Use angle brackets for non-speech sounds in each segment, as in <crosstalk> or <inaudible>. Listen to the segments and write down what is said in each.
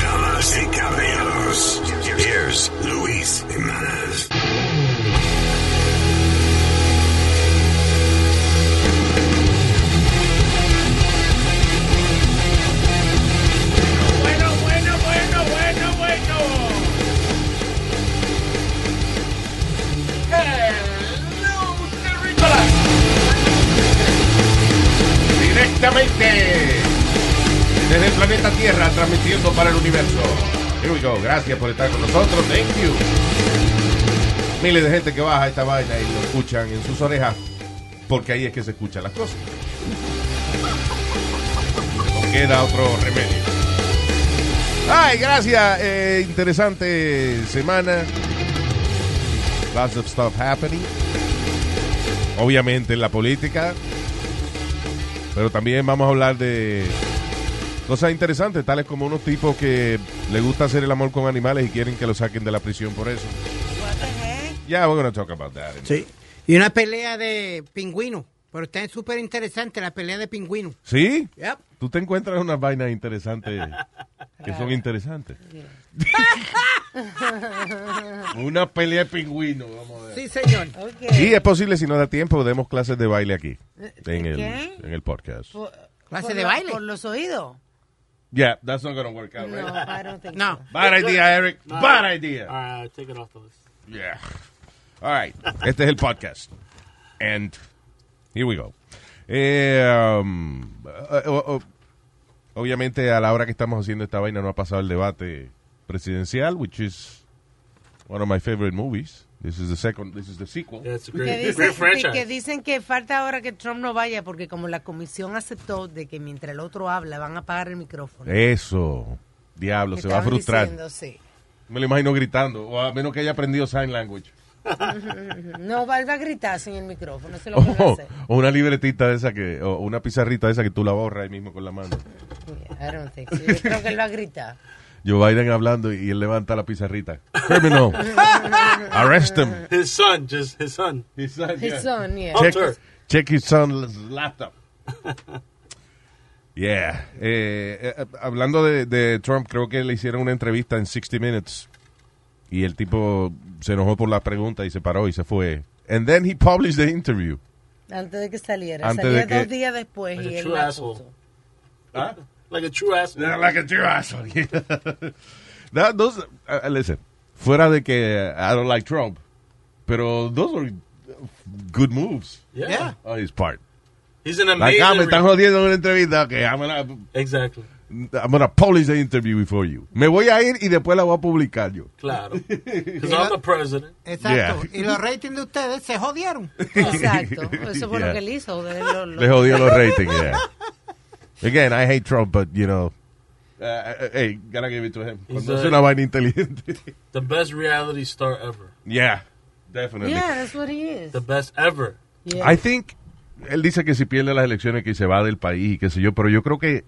Damas y caballeros, here's Luis Jimenez. Bueno, bueno, bueno, bueno, bueno. Hello, terrícolas. Directamente desde el planeta Tierra, transmitiendo para el universo. Here we go. Gracias por estar con nosotros. Thank you. Miles de gente que baja esta vaina y lo escuchan en sus orejas, porque ahí es que se escuchan las cosas. No queda otro remedio. Ay, gracias. Eh, interesante semana. Lots of stuff happening. Obviamente en la política. Pero también vamos a hablar de cosas interesantes, tales como unos tipos que le gusta hacer el amor con animales y quieren que lo saquen de la prisión por eso. Yeah, we're gonna talk about that. Sí. Y una pelea de pingüino. Pero está súper interesante la pelea de pingüino. ¿Sí? Yep. Tú te encuentras unas vainas interesantes que son interesantes. Una pelea de pingüino, vamos a ver. Sí, señor. Y es posible, si nos da tiempo, demos clases de baile aquí, en el, ¿Qué? en el podcast. Por- Clase por de lo- baile. Por los oídos. Yeah, that's not gonna work out, No, right? I don't think No. Bad idea, Eric. Bad idea. Alright, I'll take it off the list. Yeah. All right, este es el podcast. And here we go. Eh, um, eh, o- o- obviamente, a la hora que estamos haciendo esta vaina, no ha pasado el debate presidencial, which is one of my favorite movies. This is the second, this is the sequel. Yeah, it's a so. Que great, great dicen, que franchise. dicen que falta ahora que Trump no vaya porque como la comisión aceptó de que mientras el otro habla van a apagar el micrófono. Eso. Diablo, Me se va a estaban frustrar. diciendo, sí. Me lo imagino gritando, o a menos que haya aprendido sign language. No, va va a gritar sin el micrófono. Eso es lo que va a O, hacer. o una libretita de esa que, o una pizarrita de esa que tú la borras ahí mismo con la mano. Yeah, I don't think so. Yo creo que él va a gritar. Joe Biden hablando y él levanta la pizarrita. <laughs> Criminal. Arrest him. His son, just his son. His son, His son, <laughs> yeah. Check, Hunter. check his son's laptop. Yeah. Eh, eh, hablando de, de Trump, creo que le hicieron una entrevista en 60 Minutes y el tipo se enojó por la pregunta y se paró y se fue. And then he published the interview. Antes de que saliera. Antes Salía de que- dos días después Like y a él true la asshole. puso. Like a true asshole. They're like a true asshole. <laughs> That- those, uh, listen, fuera de que uh, I don't like Trump, pero those are good moves Yeah. Yeah. on his part. He's an Like, amazing. ah, me están re- jodiendo en una entrevista. Okay, I'm gonna, exactly. I'm gonna polish the interview before you. Me voy a ir y después la voy a publicar yo. Claro. Because I'm the president. Exacto. Yeah. Y los ratings de ustedes se jodieron. <laughs> Exacto. Eso fue Yeah. lo que él hizo. de- lo- lo- Le jodió los ratings, <laughs> yeah. Again, I hate Trump, but, you know, uh, uh, hey, gotta give it to him. He's Cuando a- es una vaina inteligente. <laughs> The best reality star ever. yeah, definitely. Yeah, that's what he is. The best ever. Yeah. I think él dice que si pierde las elecciones que se va del país y qué sé yo, pero yo creo que eh,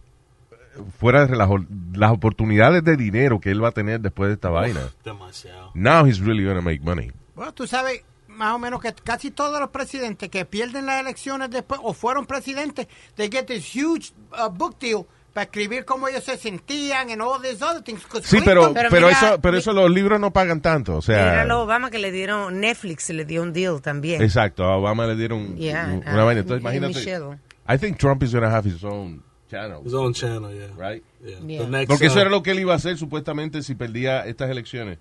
fuera de relajo, las oportunidades de dinero que él va a tener después de esta vaina. Demasiado. Now he's really gonna make money. Bueno, tú sabes más o menos que casi todos los presidentes que pierden las elecciones después o fueron presidentes, they get this huge uh, book deal para escribir cómo ellos se sentían and all these other things. 'Cause Sí, pero Clinton- pero, Pero mira, eso pero mi- eso los libros no pagan tanto, o sea, Era lo Obama que le dieron, Netflix le dio un deal también. exacto. A Obama le dieron Yeah, un- and, una uh, vaina. Entonces, y imagínate. Michelle. I think Trump is gonna have his own channel, His own channel, yeah. right? Yeah. Yeah. The next, Porque eso uh, era lo que él iba a hacer supuestamente si perdía estas elecciones.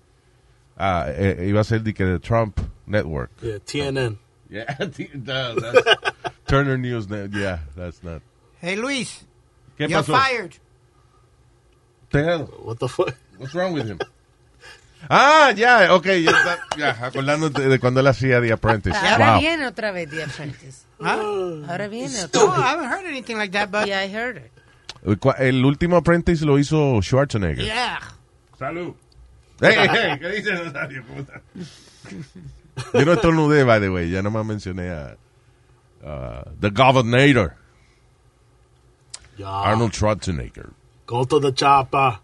Ah, eh, iba a ser de que the Trump Network. Yeah, TNN. Yeah, <laughs> no, that's, <laughs> Turner News. no, Yeah, that's not. Hey, Luis, ¿Qué you're pasó? fired. The hell? What <laughs> the fuck? What's wrong with him? Ah, ya, ok, ya, está, ya, acordándote de cuando él hacía The Apprentice. Ahora Wow. viene otra vez The Apprentice. Ahora viene otra No, I haven't heard anything like that, but vez. Yeah, I heard it. Cu- El último Apprentice lo hizo Schwarzenegger. yeah. Salud. Hey, hey, hey, ¿qué dices, Rosario? ¿Cómo estás? Yo no estornudé, by the way, ya nomás mencioné a uh, The Governator. Yeah. Arnold Schwarzenegger. Go to the chopper.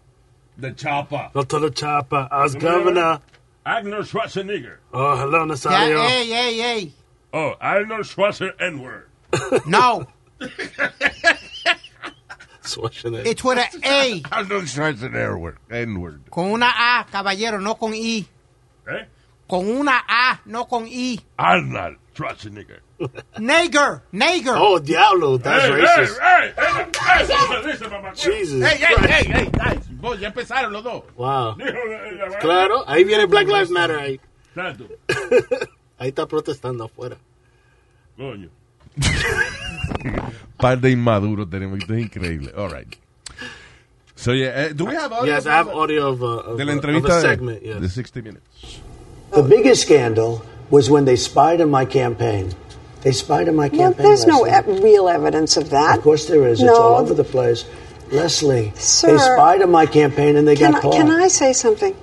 The Chopper. Go to the chopper. As governor. Arnold Schwarzenegger. Oh, hello, Ya, Nasario. eh. ey, ey, ey. Oh, Arnold Schwarzenegger N-word. No, Swishing it. it's with a A, Arnold Schwarzenegger. N-word. con una A, caballero, no con I. ¿Eh? Con una A, no con I. Arnold Schwarzenegger. Nigger, nigger. Oh, Diablo. That's Hey, racist. hey, hey, hey, eso se dice, mamá. Jesus. ¡Ey, ey, Christ. ey, ey! ay, vos, ya empezaron los dos. Wow. Hijo de la madre. Claro. Ahí viene Black Lives Matter. Ahí, Santo, ahí está protestando afuera. coño. <laughs> Par de inmaduros tenemos. Esto es increíble. All right. So, yeah, eh, do we have audio Yes, I have audio of, uh, of, de la uh, of entrevista a de, segment. Yes. de 60 Minutes. The biggest scandal was when they spied on my campaign. They spied on my Well, campaign. there's no Leslie. e- real evidence of that. Of course there is. It's No. all over the place. Leslie, Sir, they spied on my campaign and they Can got I, caught. can I say something?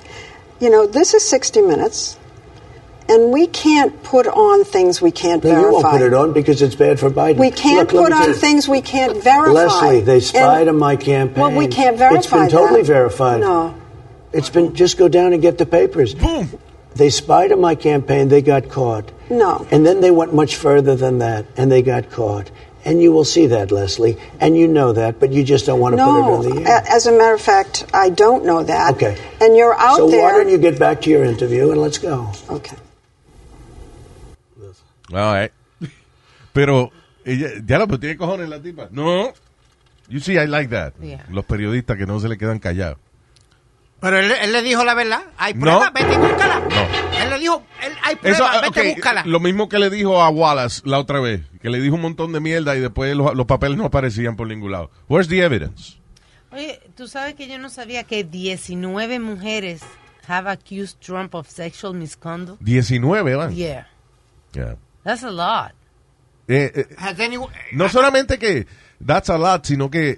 You know, this is 60 Minutes, and we can't put on things we can't No, you verify. won't put it on because it's bad for Biden. We can't Look, let put me tell on you. things we can't verify. Leslie, they And- spied on my campaign. Well, we can't verify It's been totally that. verified. No. It's been just go down and get the papers. Boom. They spied on my campaign. They got caught. No. And then they went much further than that, and they got caught. And you will see that, Leslie, and you know that, but you just don't want to No. Uh, put it on the air. A- As a matter of fact, I don't know that. okay. And you're out so there. why don't you get back to your interview and let's go? Okay. All right. Pero, ella, ya lo, pero tiene cojones la tipa. No. You see, I like that. Yeah. Los periodistas que no se le quedan callados. Pero él, él le dijo la verdad. Hay No. pruebas, vete y búscala. No. Él le dijo, él, hay Eso, pruebas, ah, vete y ok, búscala. Lo mismo que le dijo a Wallace la otra vez, que le dijo un montón de mierda y después los, los papeles no aparecían por ningún lado. Where's the evidence? Oye, tú sabes que yo no sabía que 19 mujeres have accused Trump of sexual misconduct. 19 van. Yeah, Yeah. that's a lot. Eh, eh, Has anyone- no solamente que that's a lot, sino que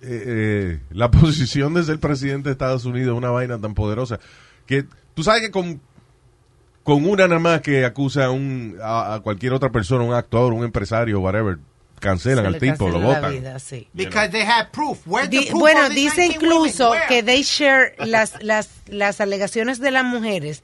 eh, eh, la <laughs> posición de ser presidente de Estados Unidos es una vaina tan poderosa que tú sabes que con con una nada más que acusa a, un, a, a cualquier otra persona, un actor, un empresario, whatever, cancelan Se al le tipo, lo canceló la votan. vida, sí. Because they had proof. Where's the Di- proof bueno, of these dice 19 women? incluso Where? que they share las, las, las alegaciones de las mujeres,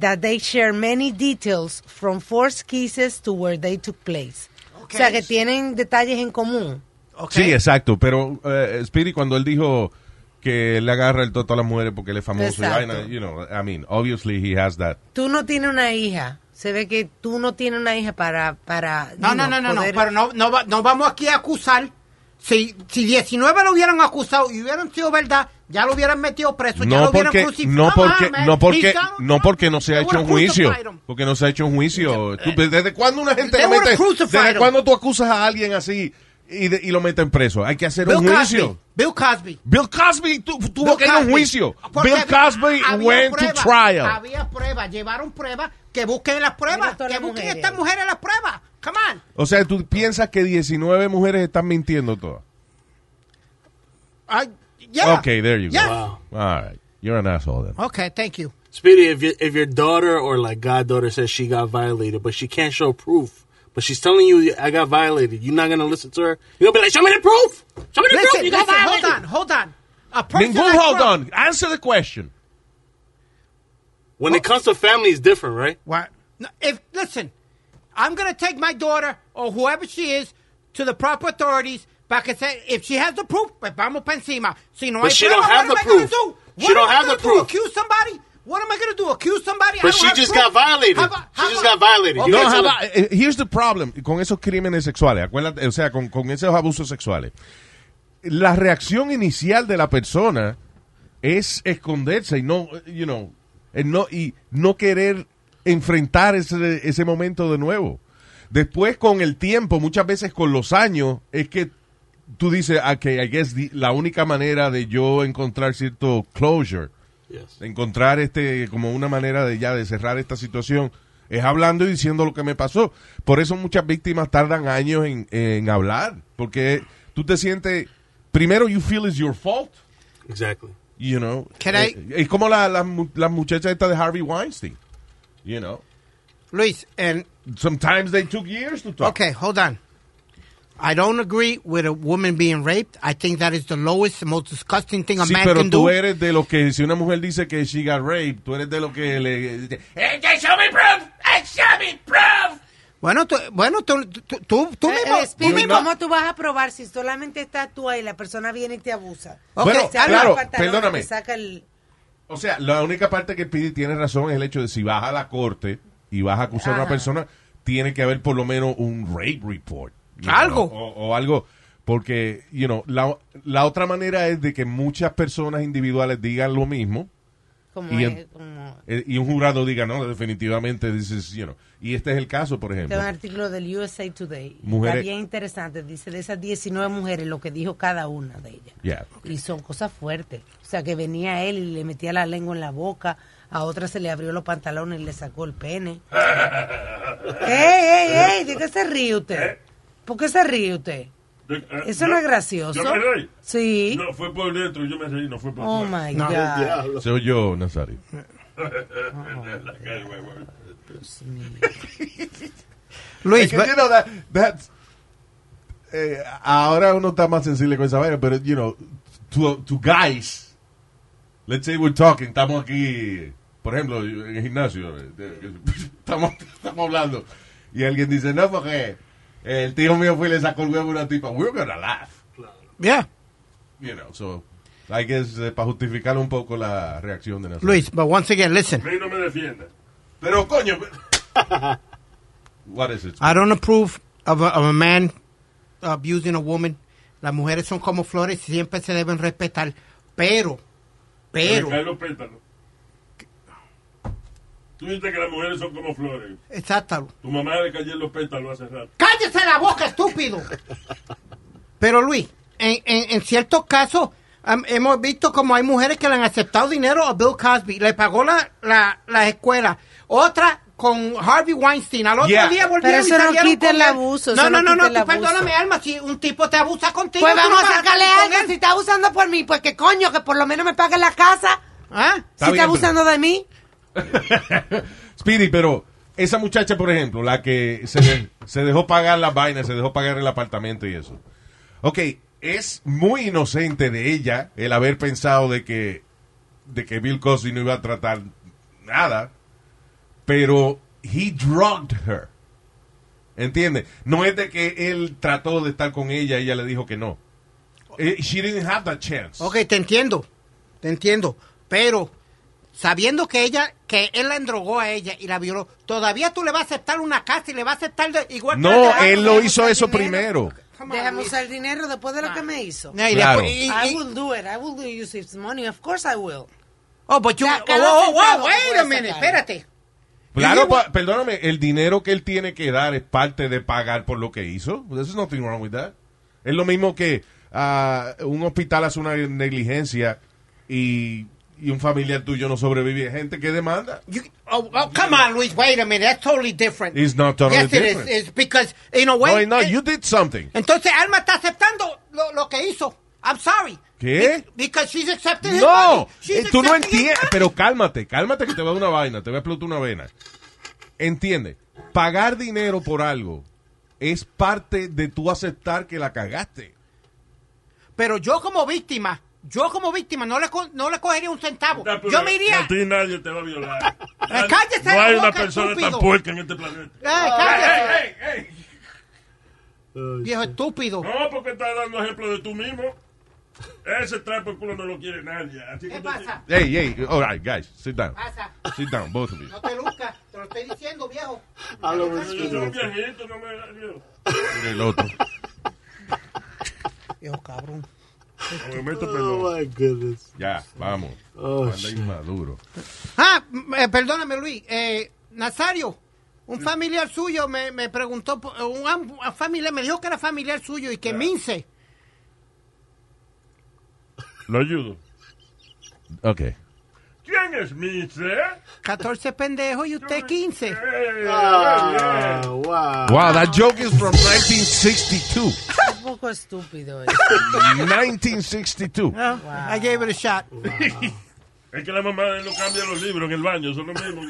that they share many details from forced kisses to where they took place. Ok. O sea, que tienen detalles en común. Okay. Sí, exacto, pero eh, Speedy cuando él dijo que él le agarra el toto a las mujeres porque él es famoso, y Exacto. vaina, you know, I mean, obviously he has that. Tú no tienes una hija. Se ve que tú no tienes una hija para... para No, digo, no, no, no, no, poder- pero no, no, va- no vamos aquí a acusar. Si, si 19 lo hubieran acusado y hubieran sido verdad, ya lo hubieran metido preso, Pues ya lo No hubieran porque, crucificado. no porque, Come on, man. no porque, He's Donald no Trump. porque no se ha They hecho un would've juicio, crucified him. porque no se ha hecho un juicio. Tú- ¿Desde cuándo una gente le They would've mete, crucified desde him. cuándo tú acusas a alguien así y, de- y lo meten preso? Hay que hacer un Bill Cosby. juicio. Bill Cosby. Bill Cosby tu- tuvo que ir a un Cosby. juicio. Porque Bill Cosby había went to pruebas, trial. Había pruebas, llevaron pruebas, que busquen las pruebas, Mira todas que las busquen mujeres. estas mujeres las pruebas. Come on. O sea, tú piensas que 19 mujeres están mintiendo todas. I- yeah. Ok, there you go. Yes. Wow. All right. You're an asshole then. Okay, thank you. Speedy, if your if your daughter or like goddaughter says she got violated, but she can't show proof, but she's telling you I got violated, you're not gonna listen to her. You're gonna be like, show me the proof. Show me the proof. Listen, You got listen, violated. hold on, hold on. A person Ningún like hold on. Trump- Answer the question. When it comes to family, it's different, right? What? No, if listen, I'm gonna take my daughter or whoever she is to the proper authorities. Back and say if she has the proof, but vamos pa encima. Si no But hay she prueba, don't have what am I the gonna proof. do? She What don't am I have gonna the do, proof. Accuse somebody? What am I gonna do? Accuse somebody? I But don't she have just proof. got violated. How about- She how just about- got violated. You No, Eso how lo- about- eh, here's the problem con esos crímenes sexuales, acuérdate, o sea, con, con esos abusos sexuales. La reacción inicial de la persona es esconderse y no, eh, you know, eh, no, y no querer enfrentar ese, ese momento de nuevo. Después, con el tiempo, muchas veces con los años, es que tú dices, "Ah, ok, I guess the- la única manera de yo encontrar cierto closure Yes. de encontrar este como una manera de ya de cerrar esta situación es hablando y diciendo lo que me pasó. Por eso muchas víctimas tardan años en, en hablar, porque tú te sientes primero you feel it's your fault, Exactly. you know. Can Eh, I- es como la, la mu- la muchacha esta de Harvey Weinstein, you know. Luis, and Sometimes they took years to talk. okay, hold on. I don't agree with a woman being raped. I think that is the lowest, most disgusting thing a Sí, man pero can tú do. eres de los que, si una mujer dice que she got raped, tú eres de los que le... de- ¡Eh, que show me proof! ¡Eh, show me proof! Bueno, tú, bueno, tú, tú, tú, tú Eh, mismo. eh, Speedy, tú mismo- ¿cómo tú vas a probar si solamente estás tú ahí y la persona viene y te abusa? Ok, Bueno, Te saca claro, los pantalones, perdóname. te saca el- O sea, la única parte que Pidi tiene razón es el hecho de si vas a la corte y vas a acusar a una Ajá. persona, tiene que haber por lo menos un rape report. you know, Algo. o, o algo. Porque, you know, la, la otra manera es de que muchas personas individuales digan lo mismo como, Y eh, en- como- eh, y un jurado diga, no, definitivamente, this is, you know. Y este es el caso, por Este es un ejemplo. artículo del USA Today. Mujeres- Está bien interesante. Dice de esas 19 mujeres lo que dijo cada una de ellas. Yeah. Y son cosas fuertes. O sea, que venía él y le metía la lengua en la boca. A otra se le abrió los pantalones y le sacó el <laughs> pene. ¡Ey, ey, ey! ¿De qué se ríe usted? ¿Por qué se ríe usted? Eso no es gracioso. ¿Yo me reí? Sí. No, fue por dentro, yo me reí, no fue por Oh, fuera. my No, God. Soy yo, Nazario. La calle, güey, güey. Dios mío. Luis, Because, you know, that, that's- eh, ahora uno está más sensible con esa vaina, pero, you know, to, to guys, let's say we're talking, estamos aquí, por ejemplo, en el gimnasio, eh, eh, <laughs> estamos, estamos hablando, y alguien dice, no, porque el tío mío fue y le sacó el huevo a una tipa, we're gonna laugh, yeah, you know, so, I guess, eh, para justificar un poco la reacción de nosotros. Luis, but once again, listen. Rey no me defienda. Pero, coño, <laughs> what is it? I don't approve of a, of a man abusing a woman. Las mujeres son como flores, siempre se deben respetar. Pero, Pero. pero, Me caen los pétalos. Tú viste que las mujeres son como flores. exacto. Tu mamá le cayó en los pétalos hace rato. ¡Cállese la boca, estúpido! Pero Luis, en, en- en ciertos casos am- hemos visto como hay mujeres que le han aceptado dinero a Bill Cosby, le pagó la, la, la escuela. Otra con Harvey Weinstein, al otro Yeah. día volvieron Pero y eso no salieron quita con el él. abuso, No, eso no, no no, no, quita el tú perdóname, abuso. Alma, si un tipo te abusa contigo, Pues tú no vamos vas a sacarle salir con algo. él. Si está abusando por mí, pues que coño, que por lo menos me pague la casa. ¿Ah? Si Está está bien, pero- abusando de mí. Speedy, pero esa muchacha, por ejemplo, la que se, de- se dejó pagar las vainas, se dejó pagar el apartamento y eso. Ok, es muy inocente de ella el haber pensado de que, de que Bill Cosby no iba a tratar nada, pero he drugged her. ¿Entiendes? No es de que él trató de estar con ella y ella le dijo que no. Eh, She didn't have that chance. Ok, te entiendo, te entiendo, pero sabiendo que ella, que él la endrogó a ella y la violó, todavía tú le vas a aceptar una casa y le vas a aceptar de- igual que No, la de- él lo hizo eso primero. Come on, Déjame Luis. usar el dinero después de lo que me hizo. Yeah, y Claro. después- y- I y- will do it. I will do use his money. Of course I will. oh, but you, Ya, oh, cada oh, oh, centavo que wait a puedes minute, sacar. espérate. Claro, pa- perdóname, el dinero que él tiene que dar es parte de pagar por lo que hizo. There's nothing wrong with that. Es lo mismo que ah, un hospital hace una negligencia y, y un familiar tuyo no sobrevive. Hay Gente que demanda. You, oh, oh, come on, Luis, wait a minute, that's totally different. It's not totally yes, different. it is, it's because, in a way, no, no, eh, you did something. entonces Alma está aceptando lo, lo que hizo. I'm sorry. ¿Qué? Be- because she's accepting his No, money. She's eh, tú no accepting his entiendes. money. Pero cálmate, cálmate que te va a dar una vaina, te va a explotar una vena. Entiende, pagar dinero por algo es parte de tú aceptar que la cagaste. Pero yo como víctima, yo como víctima no le, co- no le cogería un centavo. Ya, Ah, pero Yo me iría... A ti nadie te va a violar. Eh, cállese No la hay una boca, persona estúpido. tan puerca en este planeta. Eh, <laughs> cállate, ¡Ey, ey! viejo estúpido. No, porque estás dando ejemplo de tú mismo. Ese trapo el culo no lo quiere nadie. Así que ¿Qué tú- pasa? Hey, hey, all right, guys, sit down. Pasa. Sit down, both <laughs> of you. No te luzcas, te lo estoy diciendo, viejo. Habla por Yo soy un sí. viejito, no me. Mira el otro. Yo, cabrón. No me meto Oh perdón. my goodness. Ya, vamos. Oh, Anda shit. inmaduro. Ah, m- eh, perdóname, Luis. Eh, Nazario, un familiar suyo me, me preguntó, por- un, am- un familiar me dijo que era familiar suyo y que Mince. Lo ayudo. Ok. ¿Quién es Mice? 14 pendejos y usted 15. Eh, Ah, wow. Wow, that joke is from 1962. Es un poco estúpido eso. 1962. Ah, I gave it a shot. Es que la mamá de él no cambia los libros en el baño, son los mismos.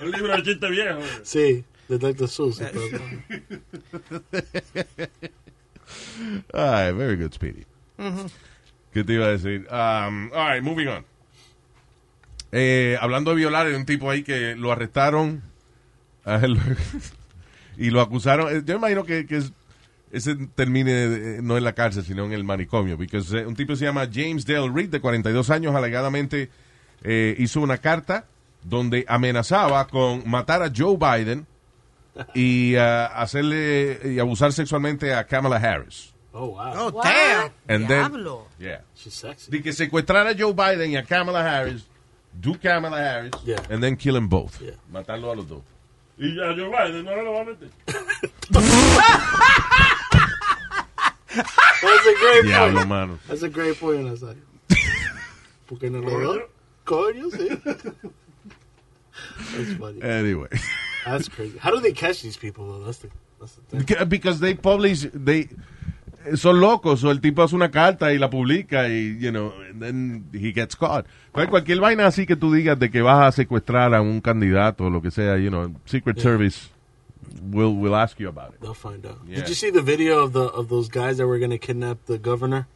El libro de chiste viejo. Sí, de Dr. Seuss. y todo. All right, very good, Speedy. ¿Qué te iba a decir? Um, all right, moving on. Eh, hablando de violar, hay un tipo ahí que lo arrestaron <laughs> a él, y lo acusaron. Eh, Yo imagino que, que es- ese termine eh, no en la cárcel, sino en el manicomio. Porque es, eh, un tipo se llama James Dale Reed, de 42 años, alegadamente eh, hizo una carta donde amenazaba con matar a Joe Biden y ah, hacerle y abusar sexualmente a Kamala Harris. <laughs> Oh, wow. Oh, damn. And then- Diablo. Yeah. She's sexy. De que secuestrara a Joe Biden y a Kamala Harris, do Kamala Harris, Yeah. and then kill them both. Yeah. Matarlo a los dos. Y ya yo Biden no lo va a meter. That's a great Diablo, <laughs> point. mano. That's a great point. I was <laughs> like, porque no lo veo. Coño, sí. <laughs> Eh, That's funny. Anyway. <laughs> That's crazy. How do they catch these people, though? That's the, that's the thing. Because they publish, they son locos, o el tipo hace una carta y la publica y, you know, and then he gets caught. Cual- Cualquier vaina así que tú digas de que vas a secuestrar a un candidato o lo que sea, you know, Secret Service will, will ask you about it. They'll find out. Yeah. Did you see the video of the of those guys that were going to kidnap the governor?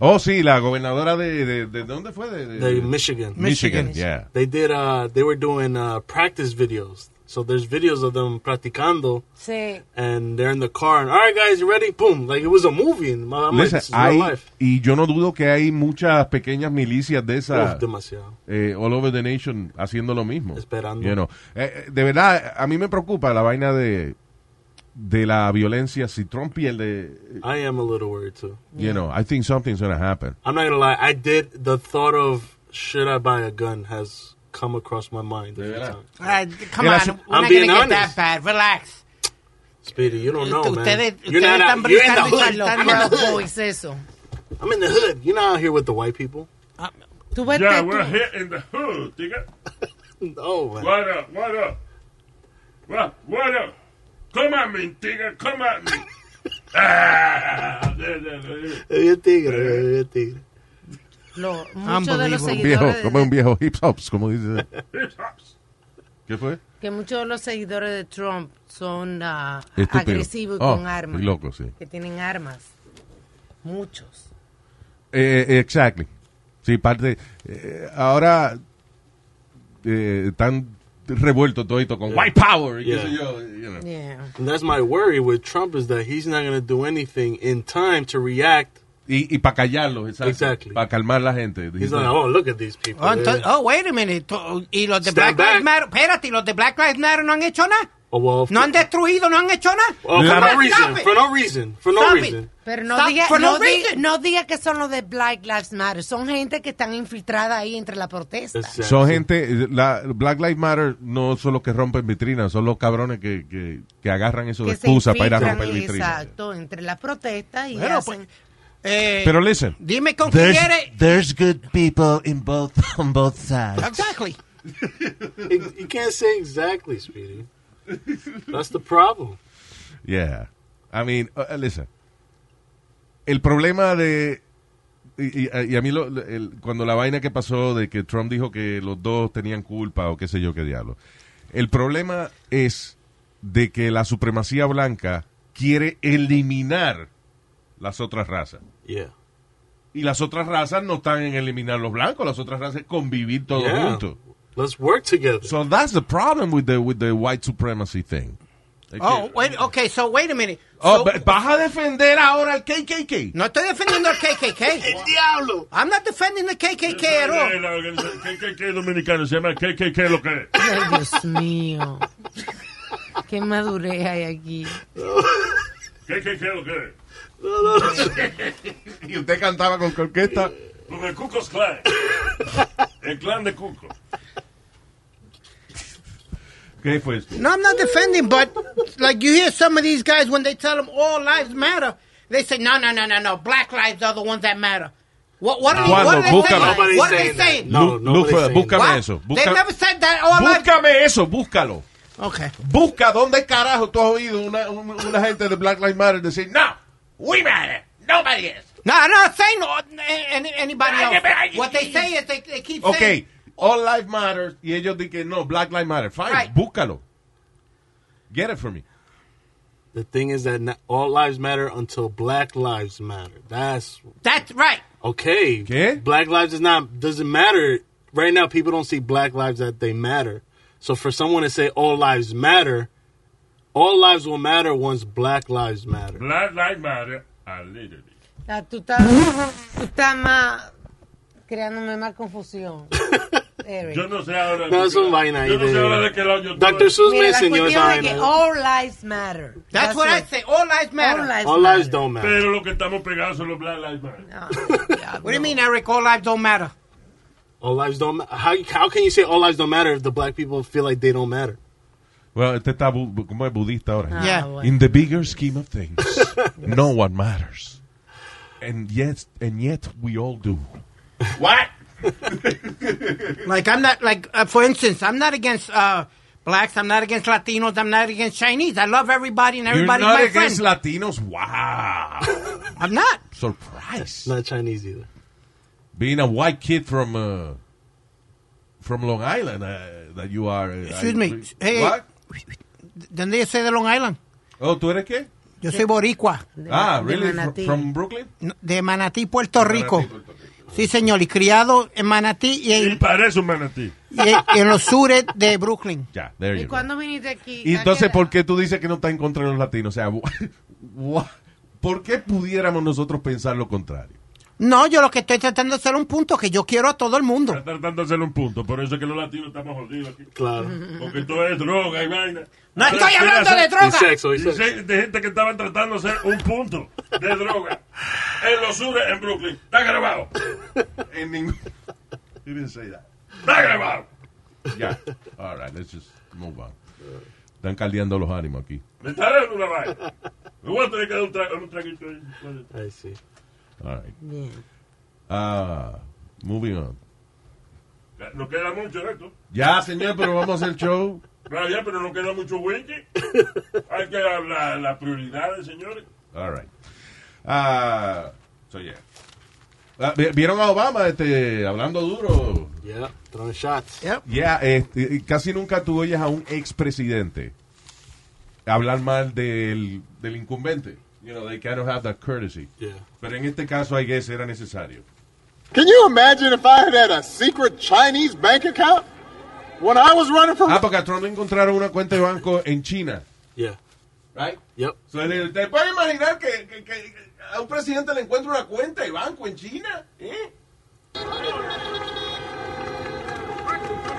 Oh, sí, la gobernadora de, de, de ¿dónde fue? De, de- They Michigan. Michigan, yeah. They did. Uh, they were doing uh, practice videos. So there's videos of them practicando, Sí. and they're in the car. And all right, guys, you ready? Boom! Like it was a movie. And I'm like, Listen, this is real hay, life. y yo no dudo que hay muchas pequeñas milicias de Uf, esas demasiado. eh, all over the nation haciendo lo mismo. Esperando. You know. Eh, eh, de verdad, a mí me preocupa la vaina de, de la violencia. Si Trump pierde, I am a little worried too. you know, I think something's gonna happen. I'm not gonna lie. I did. The thought of should I buy a gun has come across my mind. a few verdad? times. All right, come Era on, su- we're I'm not being gonna get that honest. bad. Relax. Speedy, you don't know, man. Eh, Ustedes- you're ustedes not están out. You're in the brincando y hood. Los Tan- Proud Boys, eso. I'm in the hood. You're not out here with the white people. Tú vete Yeah, tú. we're here in the hood, nigga. Oh, man. What up, what up? What, what up? Come at me, nigga, come at me. ah, there, there, there. Había tigre, había tigre. Lo- muchos de Unbelievable. los Un viejo, seguidores como de, un viejo hip hops, como dice. <laughs> Hip hops. ¿Qué fue? que muchos de los seguidores de Trump son ah, Estúpido. agresivos y Oh, con armas. y loco, sí. Que tienen armas. Muchos. Eh, eh, exactly. Sí, parte. eh, ahora eh, están revueltos todito con white power y qué Yeah. sé yo, you know. Yeah. And that's my worry with Trump is that he's not going to do anything in time to react. Y, y para callarlos, exacto. Exactly. Para calmar la gente. He's like, oh, look at these <laughs> people. Oh, entonces- Yeah. oh, wait a minute. to- Y los de Black Stand back. Lives Matter, espérate, y los de Black Lives Matter no han hecho nada. Oh, well, No han destruido, no han hecho nada. oh, for La- no Stop reason. it. For no reason. For no Stop it. reason. Pero no Stop diga, for no, no diga- reason. no diga que son los de Black Lives Matter. Son gente que están infiltrada ahí entre la protesta. Exactly. Son gente, la, Black Lives Matter no son los que rompen vitrinas, son los cabrones que, que, que agarran eso de que se excusa para ir a infiltran, romper vitrinas. Exacto, entre las protestas y Bueno, hacen... pues, eh, Pero listen, dime con quién quieres. there's good people in both <laughs> on both sides. Exactly. Ex- You can't say exactly, Speedy. That's the problem. yeah, I mean, uh, listen, el problema de, y, uh, y- y a mí lo- lo- el- cuando la vaina que pasó de que Trump dijo que los dos tenían culpa o qué sé yo qué diablo, el problema es de que la supremacía blanca quiere eliminar las otras razas. Yeah. Y las otras razas no están en eliminar los blancos, las otras razas es convivir todos Yeah. juntos. Let's work together. Oh, So that's the problem with the with the white supremacy thing. Oh, wait, okay, so wait a minute. Oh, So- ba- vas a defender ahora al KKK. no estoy defendiendo al KKK. Diablo. I'm not defending the KKK at all. La organización KKK dominicana se llama KKK lo que es. pues, Ay, Dios mío. Qué madurez hay aquí. KKK lo que es. Y usted cantaba con orquesta. Los de Cuco's Clan. El clan de Cuco. ¿Qué fue esto? No, I'm not defending, but like you hear some of these guys when they tell them all lives matter, they say no, no, no, no, no. Black lives are the ones that matter. What? What are they, what are they Cuando, saying? búscame. What are they Nobody's saying saying? that. No, Lu- nobody's Lufa, saying búscame What? eso. They busca- never said that all lives. búscame eso, búscalo. Okay. Busca dónde carajo tú has oído una, un- una gente de Black Lives Matter decir, no, we matter, nobody else. No, I'm not saying no, any, anybody else. What they say is they, they keep saying. Ok, All Lives Matter, y ellos dicen, no, Black Lives Matter. Fine, Right. búscalo. Get it for me. The thing is that not, all lives matter until Black lives matter. That's That's right. okay. ¿Qué? Black lives is not doesn't matter right now. People don't see Black lives that they matter. So for someone to say all lives matter, all lives will matter once Black lives matter. Mm. Black Lives Matter, I literally. Ah, tú estás, tú estás más creándome más confusión. Eric. Yo no sé ahora. No, es un vaina ahí Yo no sé de- ahora de qué lado yo Dr. estoy. Seuss me Mira, la enseñó esa cuestión es que vaina. All, all lives matter. That's, what I it. say. All lives matter. All lives lives matter. don't matter. Pero lo que estamos pegados son los Black Lives Matter. Ah, What do you mean, Eric? All lives don't matter. All lives don't matter. How, how can you say all lives don't matter if the black people feel like they don't matter? Bueno, este está bu- bu- como es budista ahora. Yeah. Ah, bueno. In the bigger scheme of <laughs> things, no one matters. And yet, and yet we all do. What? Like I'm not like uh, for instance, I'm not against uh, blacks. I'm not against Latinos. I'm not against Chinese. I love everybody and everybody's You're not my friend. against Latinos. Wow. I'm not. <laughs> Surprise. Not Chinese either. Being a white kid from uh, from Long Island, uh, that you are. uh, Excuse I- me. Hey. What? Then they say the Long Island. Oh, ¿tú eres qué? Yo soy boricua De- Ah, de really? Fr- Manatí. From Brooklyn? no, de Manatí, Puerto Rico. Puerto Sí, señor. Y criado en Manatí Y y en, parece un manatí. y en- y en los sures de Brooklyn. Ya, there ¿Y you go. cuándo viniste aquí? Y ¿A entonces, qué ¿por edad? qué tú dices que no estás en contra de los latinos? O sea, <laughs> wha- ¿por qué pudiéramos nosotros pensar lo contrario? No, yo lo que estoy tratando de hacer un punto que yo quiero a todo el mundo. Está tratando de hacer un punto. Por eso es que los latinos estamos jodidos aquí. Claro. Porque todo es droga y vaina. No Ahora estoy quiere hablando hacer- de Y droga. sexo, y sexo. Dice de gente que estaban tratando de hacer un punto de droga en los sures en Brooklyn. Está grabado. En ningún... You didn't say that. Está grabado. Ya. All right, let's just move on. Están caldeando los ánimos aquí. Me está dando una vaina. Me voy a tener que dar un, tra un traguito ahí. I see. All right. Bien. Ah, moving on. Nos queda mucho de esto. Ya, señor, pero vamos a hacer show. No, ya, pero no queda mucho wiki. Hay que hablar las prioridades, señores. All right. Ah, so yeah. Ah, vi- ¿Vieron a Obama este, hablando duro? Yeah, throwing shots. Yep. Ya, este, casi nunca tú oyes a un expresidente hablar mal del, del incumbente. You know, they kind of have that courtesy. Yeah. Pero en este caso, I guess, era necesario. Can you imagine if I had had a secret Chinese bank account when I was running for? Ah, porque a Trump le encontraron una cuenta de banco en China. Yeah. Right? Yep. So, ¿le- ¿Te puedes imaginar que, que- que a un presidente le encuentra una cuenta de banco en China? ¿Eh?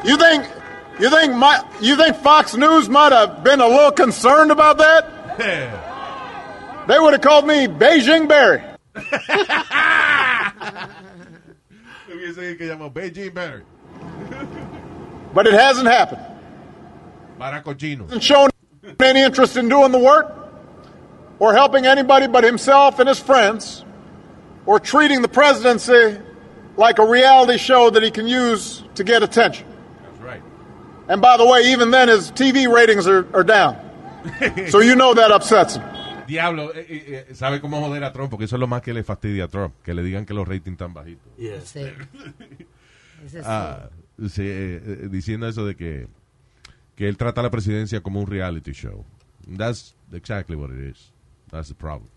You think? You think my? You think Fox News might have been a little concerned about that? They would have called me Beijing Barry. Hubiese dicho que llamó Beijing Barry. But it hasn't happened. Baraco chino. Hasn't shown any interest in doing the work, or helping anybody but himself and his friends, or treating the presidency like a reality show that he can use to get attention. That's right. And by the way, even then, his TV ratings are, are down. so you know that upsets him. Diablo, eh, eh, eh, sabe cómo joder a Trump, porque eso es lo más que le fastidia a Trump, que le digan que los ratings están bajitos. Yeah. Sí. Ese sí. Ah, sí, eh, eh, diciendo eso de que, que él trata la presidencia como un reality show. That's exactly what it is. That's the problem.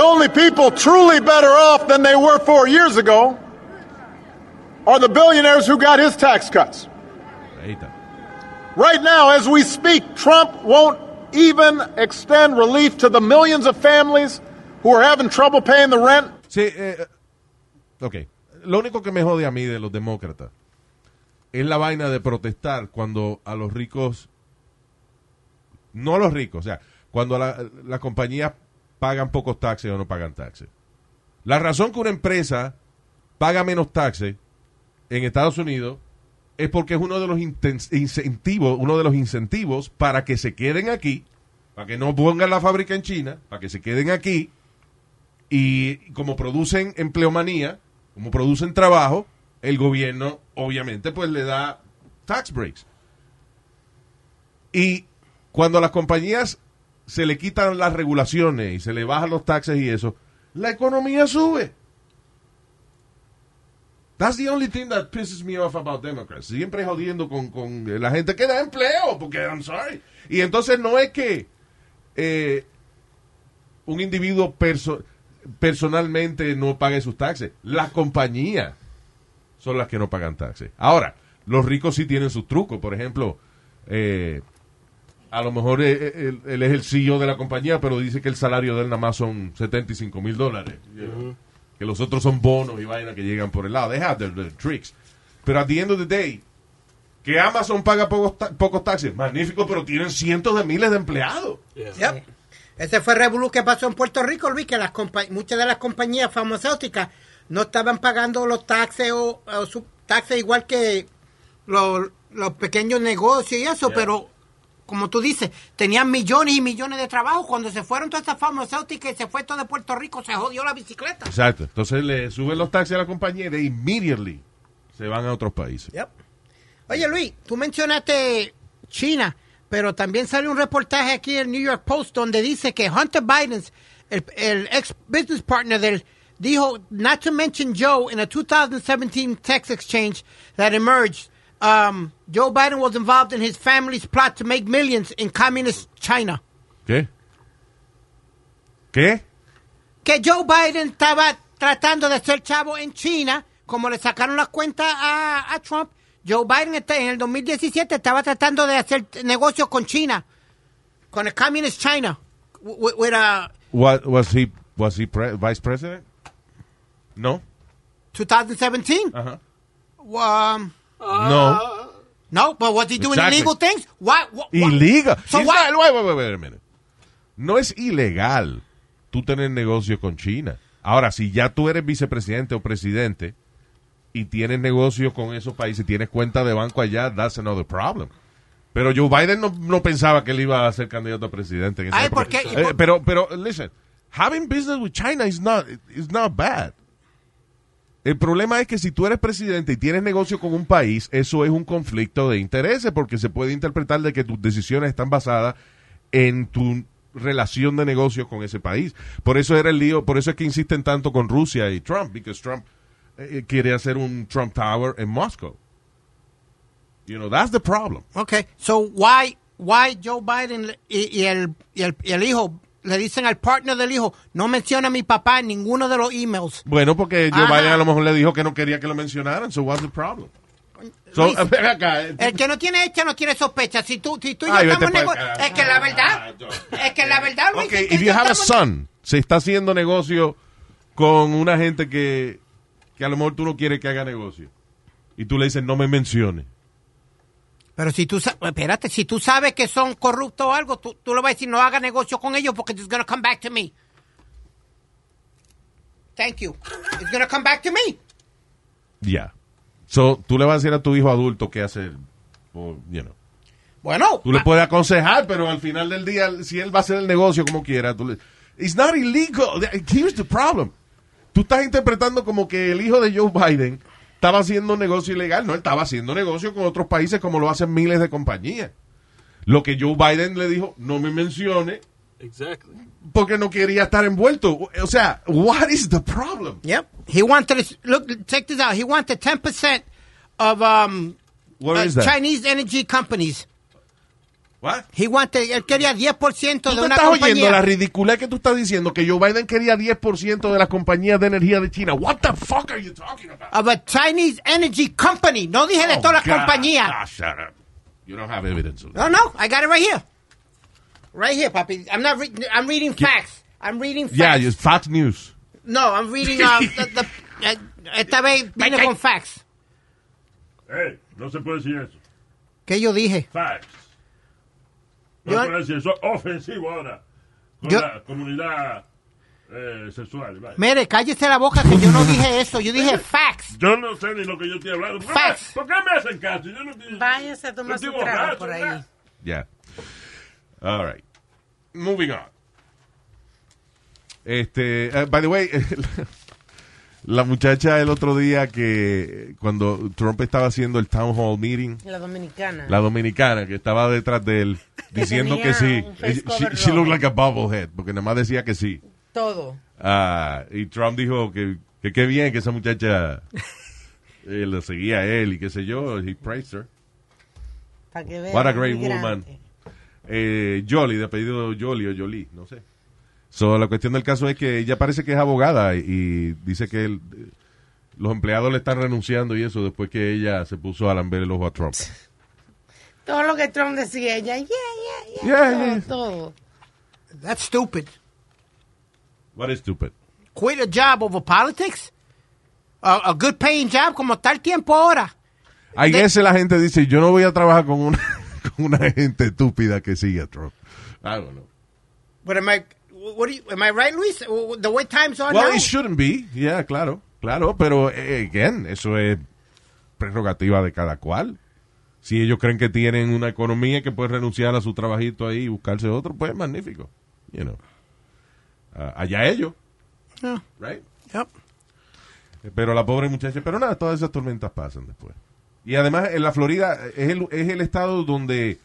The only people truly better off than they were four years ago are the billionaires who got his tax cuts. Ahí está. Right now, as we speak, Trump won't even extend relief to the millions of families who are having trouble paying the rent. Sí, eh, eh, ok. Lo único que me jode a mí de los demócratas es la vaina de protestar cuando a los ricos, no a los ricos, o sea, cuando la- las compañías pagan pocos taxes o no pagan taxes. La razón que una empresa paga menos taxes en Estados Unidos es porque es uno de los inten- incentivos, uno de los incentivos para que se queden aquí, para que no pongan la fábrica en China, para que se queden aquí y como producen empleomanía, como producen trabajo, el gobierno obviamente pues le da tax breaks. Y cuando a las compañías se le quitan las regulaciones y se le bajan los taxes y eso, la economía sube. That's the only thing that pisses me off about Democrats. Siempre jodiendo con, con la gente que da empleo, porque I'm sorry. Y entonces no es que eh, un individuo perso- personalmente no pague sus taxes. Las compañías son las que no pagan taxes. Ahora, los ricos sí tienen sus trucos. Por ejemplo, eh, a lo mejor eh, eh, él, él es el CEO de la compañía, pero dice que el salario de él nada más son 75 mil dólares. you know. Que los otros son bonos y vainas que llegan por el lado. They have their, their tricks. Pero at the end of the day, que Amazon paga pocos, ta- pocos taxes, magnífico, pero tienen cientos de miles de empleados. Yep. Ese fue el revolú que pasó en Puerto Rico, Luis, que las compa- muchas de las compañías farmacéuticas no estaban pagando los taxes o, o su taxes igual que los, los pequeños negocios y eso, pero como tú dices, tenían millones y millones de trabajos. Cuando se fueron todas estas farmacéuticas y se fue todo de Puerto Rico, se jodió la bicicleta. Exacto. Entonces le suben los taxes a la compañía y de immediately se van a otros países. Yep. Oye, Luis, tú mencionaste China, pero también sale un reportaje aquí en New York Post donde dice que Hunter Biden, el, el ex business partner del, dijo, not to mention Joe, in a 2017 tax exchange that emerged, um, Joe Biden was involved in his family's plot to make millions in communist China. ¿Qué? ¿Qué? Que Joe Biden estaba tratando de ser chavo en China, como le sacaron las cuentas a, a Trump. Joe Biden está- en el 2017 estaba tratando de hacer negocios con China, con el Communist China. With, uh, with a What, was he, was he pre- vice president? No. 2017. Ajá. Um, No. no, but was he doing Exactly. illegal things? Why, wh- why- Ilegal. So It's why- not- wait, wait, wait, wait a minute. No es ilegal tú tener negocio con China. Ahora, si ya tú eres vicepresidente o presidente y tienes negocio con esos países, tienes cuenta de banco allá, that's another problem. Pero Joe Biden no, no pensaba que él iba a ser candidato a presidente. en esa Ay, época. ¿por qué? ¿Y Eh, por- pero, pero, listen, having business with China is not, is not bad. El problema es que si tú eres presidente y tienes negocio con un país, eso es un conflicto de intereses porque se puede interpretar de que tus decisiones están basadas en tu relación de negocios con ese país. Por eso era el lío, por eso es que insisten tanto con Rusia y Trump, because Trump eh, quiere hacer un Trump Tower en Moscú. You know, that's the problem. Okay, so why why Joe Biden le- y, y el, y el- y el hijo le dicen al partner del hijo, no menciona a mi papá en ninguno de los emails? Bueno, porque Joe Ajá. Biden a lo mejor le dijo que no quería que lo mencionaran, so what's the problem? So, <laughs> Luis, ven acá. eh, El que no tiene hecha no tiene sospecha. Si tú, si tú y yo Ay, este Ah, vete estamos pa'l nego- carajo. Es que la verdad. Es que la verdad, Luis. Ok, es que if you have a estamos- son, se está haciendo negocio con una gente que, que a lo mejor tú no quieres que haga negocio. Y tú le dices, no me menciones. Pero si tú, sa- espérate, si tú sabes que son corruptos o algo, tú, tú le vas a decir, no haga negocio con ellos porque it's gonna come back to me. Thank you. It's gonna come back to me. Ya. So, tú le vas a decir a tu hijo adulto qué hacer. o, you know. Bueno. Tú le ah, puedes aconsejar, pero al final del día, si él va a hacer el negocio como quiera, tú le... It's not illegal. Here's the problem. Tú estás interpretando como que el hijo de Joe Biden estaba haciendo negocio ilegal. No, él estaba haciendo negocio con otros países como lo hacen miles de compañías. Lo que Joe Biden le dijo, no me mencione, Exactly. porque no quería estar envuelto. O sea, what is the problem? Yep. He wanted, to, look, check this out. He wanted 10% of um, Where uh, is that? Chinese energy companies. What? He wanted, él quería 10% ¿Tú de te una estás oyendo compañía. la ridiculez que tú estás diciendo que Joe Biden quería 10% de las compañías de energía de China? What the fuck are you talking about? of a Chinese energy company. No dije de todas las God. Ah, compañías. shut up. You don't have evidence of No, that. no, I got it right here. Right here, papi. I'm not reading. I'm reading facts. I'm reading facts. Yeah, it's Fox News. No, I'm reading uh, the, the, eh, esta vez vine con facts. Hey, no se puede decir eso. ¿Qué yo dije? Facts. No Yo- se puede decir eso. es Ofensivo ahora. Con Yo- la comunidad eh, sexual. vaya. Mire, cállese la boca que yo no dije eso. Yo dije facts. Yo no sé ni lo que yo estoy hablando. ¿Por qué, Facts. ¿por qué me hacen caso? Yo no estoy- Váyase a yo tomar estoy su trago borracho, por ahí. ¿verdad? Yeah. All right. Moving on. Este, uh, by the way, <laughs> la muchacha el otro día que cuando Trump estaba haciendo el town hall meeting, La dominicana. la dominicana que estaba detrás de <laughs> él diciendo Tenía que sí, Eh, un face cover she, she rojo. looked like a bobblehead porque nada más decía que sí. Todo. Ah, y Trump dijo que que qué bien que esa muchacha eh, lo seguía a él y qué sé yo, he praised her. Para que vean. What a great migrante. woman. eh, Jolie, de apellido Jolie o Jolie, no sé. So, la cuestión del caso es que ella parece que es abogada y dice que el- los empleados le están renunciando y eso después que ella se puso a lamber el ojo a Trump. Todo lo que Trump decía, ella, yeah, yeah, yeah, Yeah, todo, yeah. todo. That's stupid. What is stupid? Quit a job over politics? A, a good paying job como tal tiempo ahora. Ahí veces la gente dice, yo no voy a trabajar con una, <laughs> con una gente estúpida que sigue a Trump. I don't know. But am I, what do you, am I right, Luis? The way times are Well, now. it shouldn't be. Yeah, claro, claro, pero eh, again, eso es prerrogativa de cada cual. Si ellos creen que tienen una economía que puede renunciar a su trabajito ahí y buscarse otro, pues magnífico. You know. Ah, allá ellos, Yeah, right? yep. Pero la pobre muchacha, pero nada, todas esas tormentas pasan después. Y además en la Florida es el, es el estado donde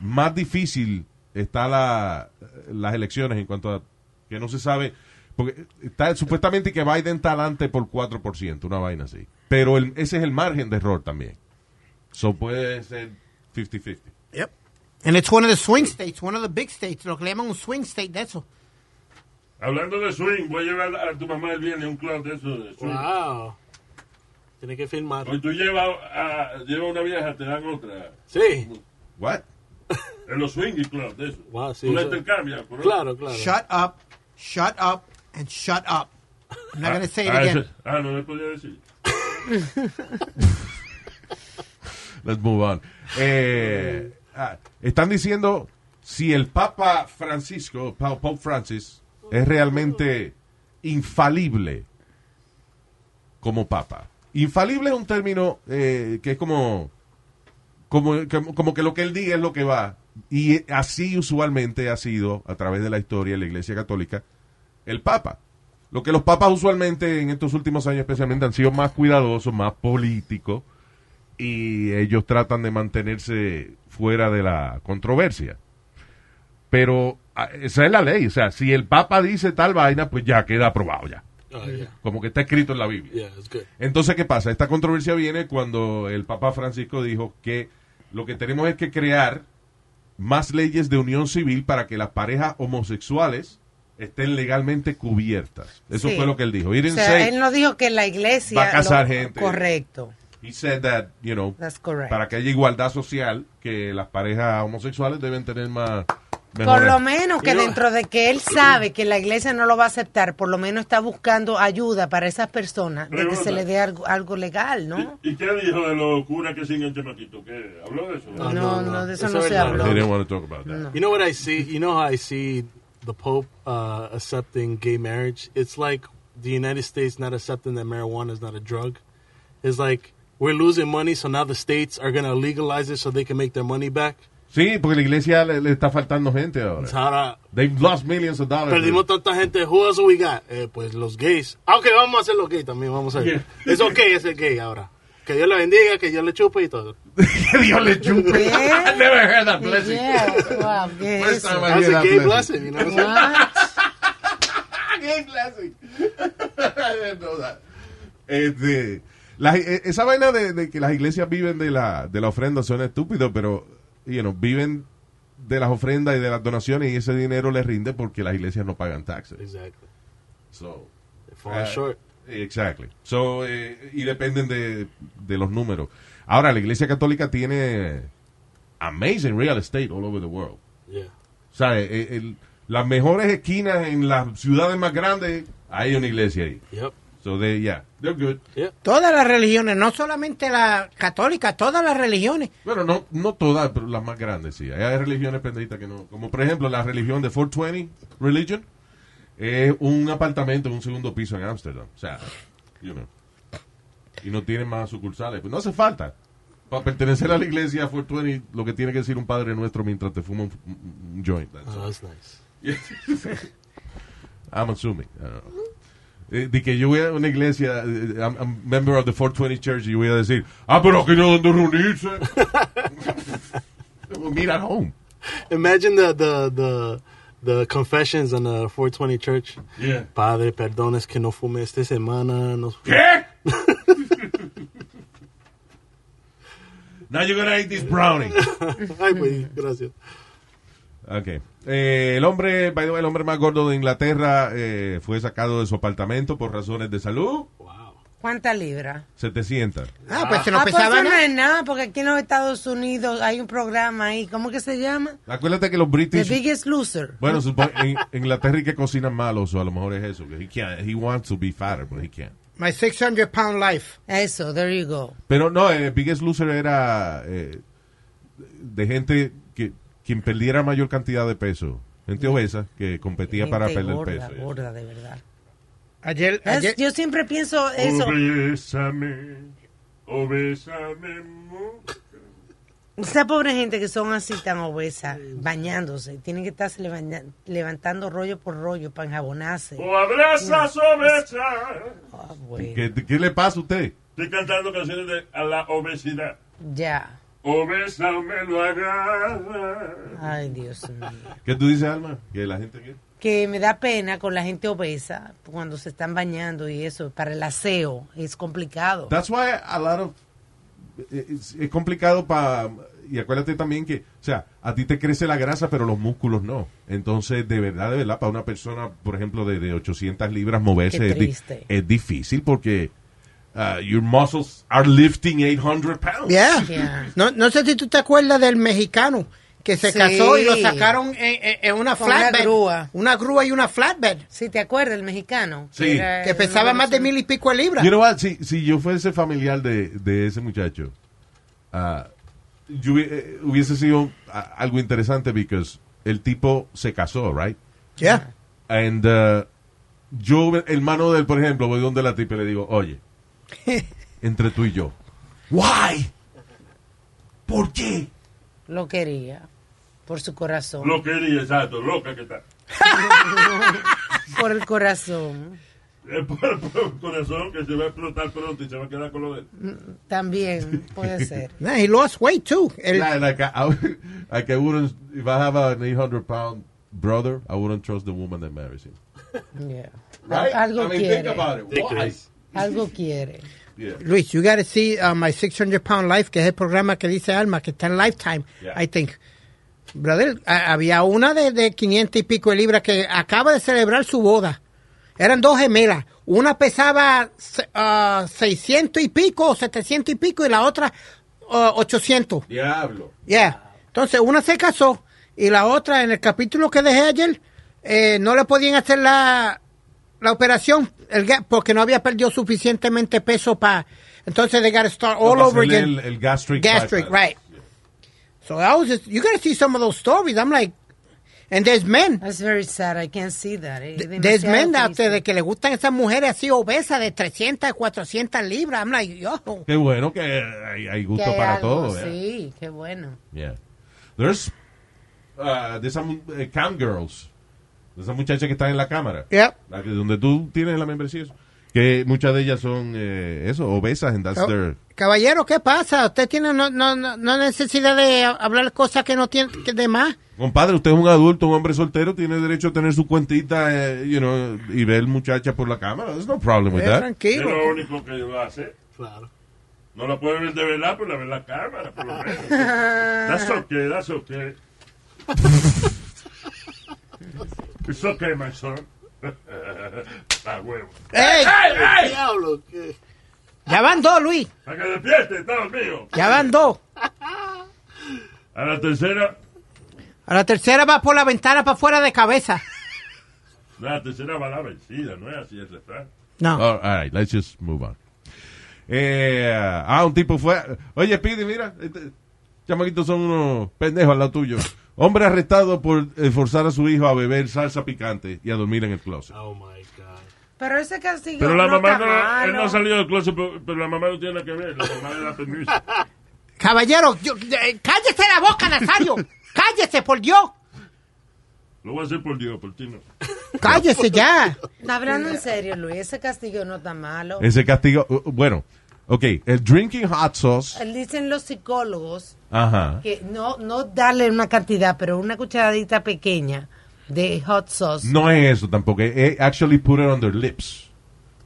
más difícil está la, las elecciones en cuanto a que no se sabe, porque está supuestamente que Biden está adelante por 4%, una vaina así. Pero el- ese es el margen de error también. So puede ser 50-50. Yep. And it's one of the swing states, one of the big states. Lo que le llaman un swing state, de eso. Hablando de swing, voy a llevar a tu mamá el viernes a un club de eso de swing. Wow. Tiene que filmar. Hoy tú llevas a, llevas una vieja, te dan otra. Sí. What? En los swing club de eso. Wow, Ah, sí, tú le eso- intercambias. por- Ah, Claro, claro. Shut up, shut up, and shut up. I'm not going to say it Ah, again. eso- Ah, no le podía decir. Let's move on. Eh, ah, están diciendo si el Papa Francisco, Pa- Pope Francis, es realmente infalible como Papa. Infalible es un término eh, que es como, como, como, como que lo que él diga es lo que va. Y así usualmente ha sido a través de la historia de la Iglesia Católica el Papa. Lo que los papas usualmente en estos últimos años especialmente han sido más cuidadosos, más políticos, y ellos tratan de mantenerse fuera de la controversia. Pero ah, esa es la ley, o sea, si el Papa dice tal vaina, pues ya queda aprobado ya, Oh, yeah. como que está escrito en la Biblia. Yeah, it's good. Entonces, ¿qué pasa? Esta controversia viene cuando el Papa Francisco dijo que lo que tenemos es que crear más leyes de unión civil para que las parejas homosexuales estén legalmente cubiertas. Eso Sí. fue lo que él dijo. He O didn't sea, say- él no dijo que la Va iglesia... a casar lo- gente. Correcto. he said that, you know, That's correct. para que haya igualdad social, que las parejas homosexuales deben tener más... Por mejores- lo menos que Yo- dentro de que él sabe que la iglesia no lo va a aceptar, por lo menos está buscando ayuda para esas personas de que se le dé algo, algo legal, ¿no? ¿Y, y qué dijo de los curas que siguen chamaquito? ¿Qué? ¿Habló de eso? No, no, no, de no. eso Eso no es se verdad. habla. They didn't want to talk about that. You know what I see? You know how I see the Pope uh, accepting gay marriage? It's like the United States not accepting that marijuana is not a drug. It's like we're losing money, so now the states are going to legalize it so they can make their money back. Sí, porque la iglesia le, le está faltando gente It's ahora. how the- They've lost millions of dollars. Perdimos tanta gente. Who else we got? Eh, pues los gays. Ah, ok, vamos a hacer los gays también. Vamos a ver. Es ok ser gay ahora. Que Dios le bendiga, que Dios le chupe y todo. <laughs> Que Dios le chupe. ¿Qué? I never heard that blessing. Yeah, wow, ¿qué es First eso? time I That's hear a that gay blessing. blessing, you know what I'm saying? What? <laughs> Este, la- e- esa vaina de, de que las iglesias viven de la, de la ofrenda suena estúpido, pero you know, viven de las ofrendas y de las donaciones y ese dinero les rinde porque las iglesias no pagan taxes. Exactly. So, They fall short. Ah, eh, Exactly. So, eh, y dependen de, de los números. Ahora, la iglesia católica tiene amazing real estate all over the world. Yeah. O sea, eh, el- las mejores esquinas en las ciudades más grandes, hay una iglesia ahí. Yep. So they, yeah, they're good. Todas las religiones, no solamente la católica, todas las religiones. Bueno, no, no todas, pero las más grandes sí. Hay religiones penditas que no. Como por ejemplo la religión de 420 Religion es un apartamento en un segundo piso en Ámsterdam. O sea, you know. Y no tiene más sucursales. Pues no hace falta. Para pertenecer a la iglesia 420, lo que tiene que decir un padre nuestro mientras te fuma un, un- un joint. That's Oh, all. that's nice. I'm assuming. I don't know. Eh, De que yo voy a una iglesia, eh, I'm, I'm member of the 420 Church, y voy a decir, ah, pero aquí no es donde <laughs> reunirse. Well, Meet at home. Imagine the the the the confessions on the 420 church. Yeah. Padre, perdones que no fume esta semana. No... <laughs> ¿Qué? Now you're gonna eat this brownie. Ay, pues, gracias. Ok. Eh, el hombre, by the way, el hombre más gordo de Inglaterra eh, fue sacado de su apartamento por razones de salud. ¿Cuántas libras? 700. Ah, pues se ah, nos pues eso pesaba no nada. es nada, porque aquí en los Estados Unidos hay un programa ahí, ¿cómo que se llama? Acuérdate que los The british... Biggest Loser. Bueno, supo- en en Inglaterra y que cocinan mal, o so a lo mejor es eso. Que he, can't, he wants to be fatter, but he can't. My 600 pound life. Eso, there you go. Pero no, eh, Biggest Loser era eh, de gente que quien perdiera mayor cantidad de peso. Gente obesa que competía para Gente perder gorda, peso. gorda, de verdad. Ayer, Es- ayer, yo siempre pienso eso. Obésame, obésame mucho. Esa pobre gente que son así tan obesas, bañándose, tienen que estarse levaña- levantando rollo por rollo para enjabonarse. Oh. O abrazas obesa. Ah, bueno, ¿Qué, ¿Qué le pasa a usted? Estoy cantando canciones de a la obesidad. Ya. Obésame, lo agarra. Ay, Dios mío. ¿Qué tú dices, Alma? Que la gente que... Que me da pena con la gente obesa cuando se están bañando y eso, para el aseo, es complicado. That's why a lot of eh, es, es complicado para y acuérdate también que, o sea, a ti te crece la grasa, pero los músculos no. Entonces, de verdad, de verdad, para una persona, por ejemplo, de, de 800 libras moverse Qué es, di- triste. es difícil porque uh, your muscles are lifting 800 pounds. Yeah. Yeah. No, no sé si tú te acuerdas del mexicano que se Sí. casó y lo sacaron en, en- en una Con una flatbed. grúa. Una grúa y una flatbed. ¿Sí te acuerdas, el mexicano? Sí. era- Que pesaba más de mil y pico de libras. You know what? Si, si yo fuese familiar de, de ese muchacho, ah, yo hubie- eh, hubiese sido ah, algo interesante because el tipo se casó, right? Yeah. And uh, yo, hermano del, por ejemplo, voy donde la tipa y le digo, oye, <laughs> entre tú y yo, Why? ¿Por qué? Lo quería, por su corazón, Lo quería, exacto, loca que está. por el corazón. Es por, por el corazón que se va a explotar pronto y se va a quedar con lo de. También <laughs> puede ser. Yeah, he lost weight too. Eh. El- Nah, like, <laughs> I, I, like I wouldn't, if I have an 800 pound brother, I wouldn't trust the woman that marries him. Yeah. Right? Algo I mean, quiere. think about it. Why? Algo quiere. Yeah. Luis, you gotta see uh, My 600 Pound Life, que es el programa que dice Alma, que está en Lifetime, Yeah. I think. Brother, a- había una de, de 500 y pico de libras que acaba de celebrar su boda. Eran dos gemelas. Una pesaba se- ah, 600 y pico, 700 y pico, y la otra ah, 800. Diablo. Yeah. Entonces, una se casó y la otra, en el capítulo que dejé ayer, eh, no le podían hacer la, la operación el ga- porque no había perdido suficientemente peso para. Entonces, they got to start all Para over hacerle again. El, el gastric. Gastric, bypass. right. So, I was just, you got to see some of those stories. I'm like, and there's men. That's very sad. I can't see that. Eh, There's demasiado men out triste. there de que le gustan esas mujeres así obesas de 300, 400 libras. I'm like, yo. Qué bueno que hay, hay Que gusto hay para algo, todo. ¿eh? yeah. Sí, qué bueno. Yeah. There's uh, de esas mu- eh, cam girls, de esas muchachas que están en la cámara, Yep. la que- donde tú tienes la membresía, eso, que muchas de ellas son eh, eso, obesas, and that's Ca- their- Caballero, ¿qué pasa? Usted tiene no, no, no no necesidad de ha- hablar cosas que no tiene que de más. Compadre, usted es un adulto, un hombre soltero, tiene derecho a tener su cuentita, eh, you know, y ver muchachas por la cámara. There's no problem with Eh, that. Es tranquilo. lo único que lo hace. Claro. No la puede ver de verdad, pero la ve en la cámara, por lo <laughs> menos. That's okay, that's okay. It's okay, my son. <laughs> La huevo. ¡Ey! ¡Ay, ay! Diablo, ¿qué? Ya van dos, Luis. ¡Para que despierte, Estados mío! Ya van dos. A la tercera, A la tercera va por la ventana para afuera de cabeza. la tercera va la vencida, ¿no es así el refrán? No. All right, let's just move on. Eh, ah, un tipo fue. Oye, Speedy, mira, este, chamaquitos son unos pendejos al lado tuyo. Hombre arrestado por eh, forzar a su hijo a beber salsa picante y a dormir en el closet. Oh my God. Pero ese castigo Pero la no mamá está no, él malo. no ha salido del closet, pero, pero la mamá no tiene nada que ver. La mamá le da permiso. Caballero, yo- eh, cállese la boca, Nazario. cállese, por Dios. Lo voy a hacer por Dios, por ti no. Cállese ya. Hablando en serio, Luis, ese castigo no está malo. Ese castigo. uh, uh, Bueno, ok, el drinking hot sauce. Dicen los psicólogos Ajá. que no, no darle una cantidad, pero una cucharadita pequeña de hot sauce. No es eso tampoco. es- es actually put it on their lips.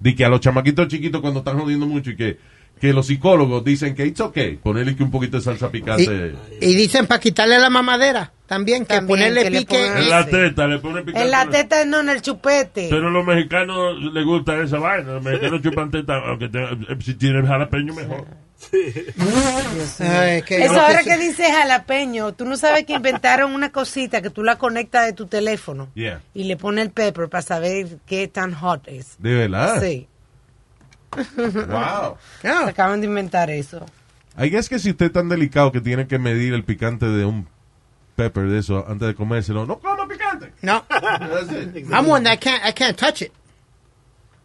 De que a los chamaquitos chiquitos cuando están jodiendo mucho y que, que los psicólogos dicen que it's okay ponerle que un poquito de salsa Y, picante. y dicen para quitarle la mamadera. Está También que También, ponerle que le pique. pongan- En la teta, le pone picante. En la teta, no, en el chupete. Pero a los mexicanos les gusta esa vaina. Los mexicanos chupan teta, aunque te- eh, si tienen jalapeño mejor. Ay, que- Eso ahora que dices jalapeño, tú no sabes que inventaron una cosita que tú la conectas de tu teléfono Yeah. y le pones el pepper para saber qué tan hot es. De verdad. Sí, Wow. Ah, acaban de inventar eso. Ahí es que si usted es tan delicado que tiene que medir el picante de un pepper de eso antes de comérselo, no coma picante. no, That's it. I'm one that can't, I can't touch it.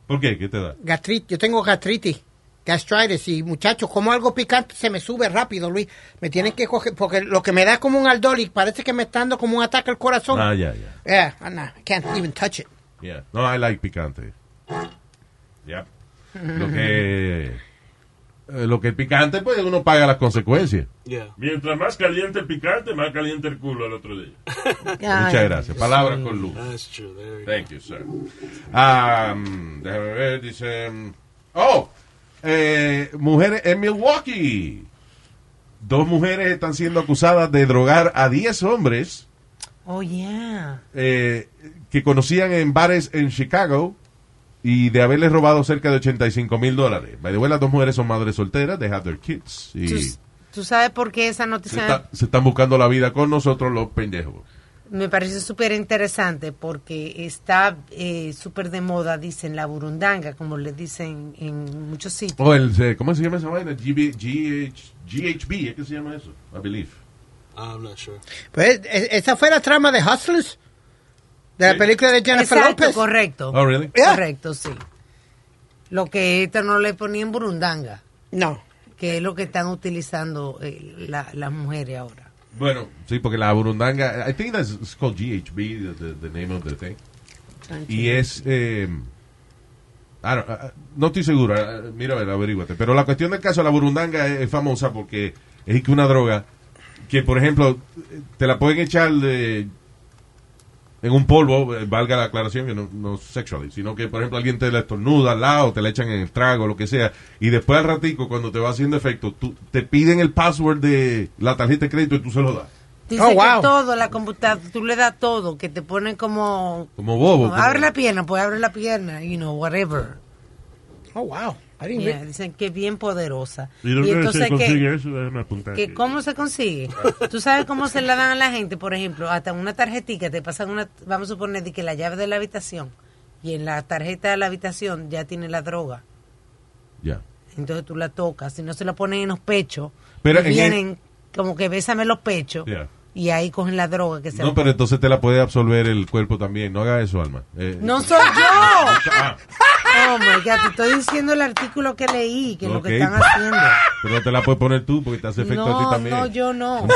¿Por qué? ¿Qué te da? Gastrit, yo tengo gastritis, gastritis y muchachos, como algo picante se me sube rápido, Luis. Me tienen que coger porque lo que me da es como un aldolic, parece que me está dando como un ataque al corazón. Ah, ya, ya. Yeah, I- nah, I can't even touch it. Yeah. No, I like picante. Yep. Lo que eh, lo que es picante, pues uno paga las consecuencias. Yeah. Mientras más caliente el picante, más caliente el culo al otro día. Muchas gracias. Palabras con luz. That's true. There you go. Thank you, sir. Um, déjame ver, dice. um, Oh, eh, mujeres en Milwaukee. Dos mujeres están siendo acusadas de drogar a 10 hombres Oh, yeah. eh, que conocían en bares en Chicago y de haberles robado cerca de 85 mil dólares. By the way, las dos mujeres son madres solteras, they have their kids. Y ¿Tú, tú sabes por qué esa se, noticia está- se están buscando la vida con nosotros los pendejos. me parece súper interesante? Porque está eh, súper de moda, dicen, la burundanga, como le dicen en muchos sitios. O el, eh, ¿Cómo se llama esa vaina? GB, GH, GHB, ¿es que se llama eso? I believe. I'm not sure. <laughs> Pues e- esa fue la trama de Hustlers, de la película de Jennifer Exacto, Lopez. correcto. Oh, really? Yeah. Correcto, sí. Lo que esto no le ponían burundanga. No, que es lo que están utilizando eh, la- las mujeres ahora. Bueno, sí, porque la burundanga, I think that's it's called GHB, the, the- the name of the thing. Y es, eh, I don't- I- I- no estoy seguro, eh, mira, a ver, averíguate. Pero la cuestión del caso, la burundanga es, es famosa porque es que una droga que, por ejemplo, te la pueden echar de- en un polvo, eh, valga la aclaración, que no, no sexually, sino que, por ejemplo, alguien te la estornuda al lado, te la echan en el trago, lo que sea, y después al ratico, cuando te va haciendo efecto, tú- te piden el password de la tarjeta de crédito y tú se lo das. Dice Oh, wow. que todo, la computadora, tú le das todo, que te ponen como... Como bobo, como- abre la pierna, pues abre la pierna, you know, whatever. oh wow, I didn't Yeah, re- dicen que es bien poderosa. ¿Y dónde entonces se consigue que, eso? Déjame apuntar. que ¿Cómo se consigue? Tú sabes cómo se la dan a la gente, por ejemplo, hasta una tarjetita, te pasan una, vamos a suponer, de que la llave de la habitación, y en la tarjeta de la habitación ya tiene la droga. Ya. Entonces tú la tocas, si no se la ponen en los pechos, Pero pero en el- vienen como que bésame los pechos Yeah. y ahí cogen la droga que se No, la- pero entonces te la puede absorber el cuerpo también. No haga eso, Alma. Eh, No soy yo. Ah, Oh my God, te estoy diciendo el artículo que leí, que es lo que Ok. están haciendo. pero no te la puede poner tú porque te hace efecto a ti No, también. no, <laughs> yo no.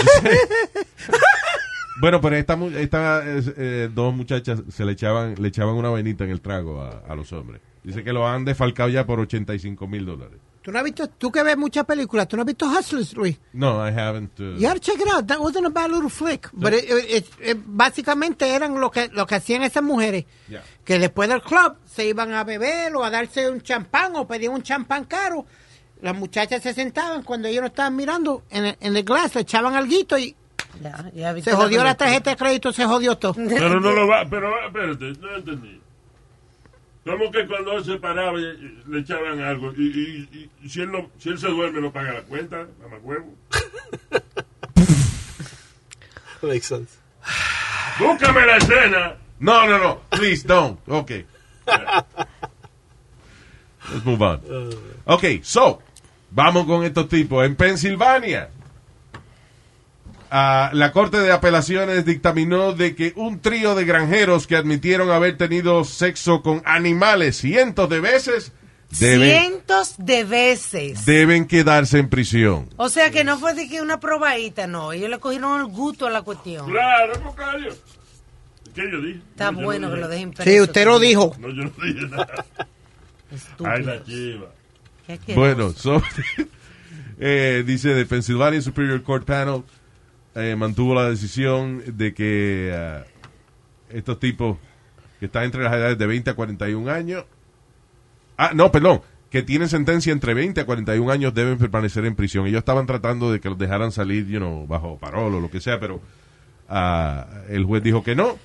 Bueno, pero estas mu- estas, eh, eh, dos muchachas se le echaban, le echaban una vainita en el trago a, a los hombres. Dice que lo han desfalcado ya por 85 mil dólares. ¿Tú no has visto? Tú que ves muchas películas, ¿tú no has visto Hustlers, Luis? No, I haven't. uh, You gotta check it out. That wasn't a bad little flick. But it- it- it- it- básicamente eran lo que, lo que hacían esas mujeres. Yeah. Que después del club se iban a beber o a darse un champán o pedían un champán caro. Las muchachas se sentaban cuando ellos no estaban mirando en el, en el glass, le echaban alguito y Ya, ya viste se jodió la película. tarjeta de crédito, se jodió todo. Pero no lo va, pero va- espérate, no entendí. ¿Cómo que cuando él se paraba y- y le echaban algo? Y, y- y si, él no- si él se duerme, no paga la cuenta, mamá huevo. That makes sense. Búscame la escena. No, no, no. Please don't. Okay. Let's move on. Okay, so, vamos con estos tipos. En Pensilvania, ah, la Corte de Apelaciones dictaminó de que un trío de granjeros que admitieron haber tenido sexo con animales cientos de veces deben, Cientos de veces. deben quedarse en prisión. O sea que no fue de que una probadita, no. Ellos le cogieron el gusto a la cuestión. Claro, Bocario. ¿Qué yo dije? Está No, yo bueno no que lo dije. dejen preso. Sí, usted lo dijo. No, yo no dije nada. Estúpidos. Ay, la chiva. Qué asqueroso. Bueno, so- <laughs> eh, dice de Pennsylvania Superior Court Panel eh, mantuvo la decisión de que ah, estos tipos que están entre las edades de 20 a 41 años, ah, no, perdón, que tienen sentencia entre 20 a 41 años deben permanecer en prisión. Ellos estaban tratando de que los dejaran salir, you know, bajo parol o lo que sea, pero ah, el juez dijo que no,